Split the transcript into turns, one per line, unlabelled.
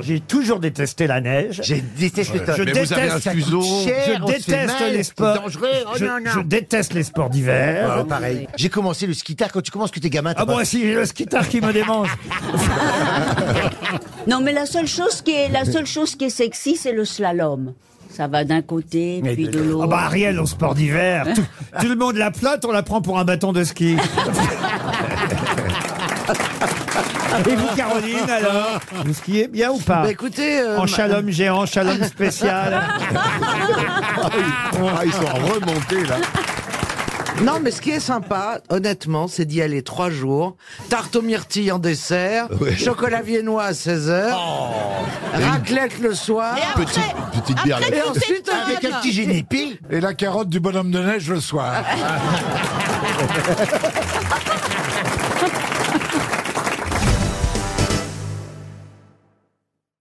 J'ai toujours détesté la neige.
J'ai détesté
Ouais.
ça.
Je
Mais vous avez un
déteste-
fuseau.
Je
Cher, on se
déteste
fait mal,
les
c'est
sports.
dangereux. Oh
je,
non, non. Ah,
je déteste les sports d'hiver.
Ouais, pareil. J'ai commencé le ski tard. Quand tu commences que t'es gamin, t'as
Ah
pas-
moi aussi j'ai le skitar qui me démange.
Non, mais la seule chose qui est, la seule chose qui est sexy, c'est le slalom. Ça va d'un côté,
Mais
puis de
de-
Ah
l'autre.
bah Ariel au sport d'hiver. Tout, tout le monde la plate, on la prend pour un bâton de ski. Et vous Caroline alors Vous skiez bien ou pas
Bah, écoutez, euh,
En slalom géant,
euh,
slalom spécial.
Ah, ils sont remontés là.
non, mais ce qui est sympa, honnêtement, c'est d'y aller trois jours. Tarte aux myrtilles en dessert, chocolat viennois à 16h,
Oh.
raclette le soir.
Petite, petite bière.
Et ensuite, avec un petit génie
Et la carotte du bonhomme de neige le soir.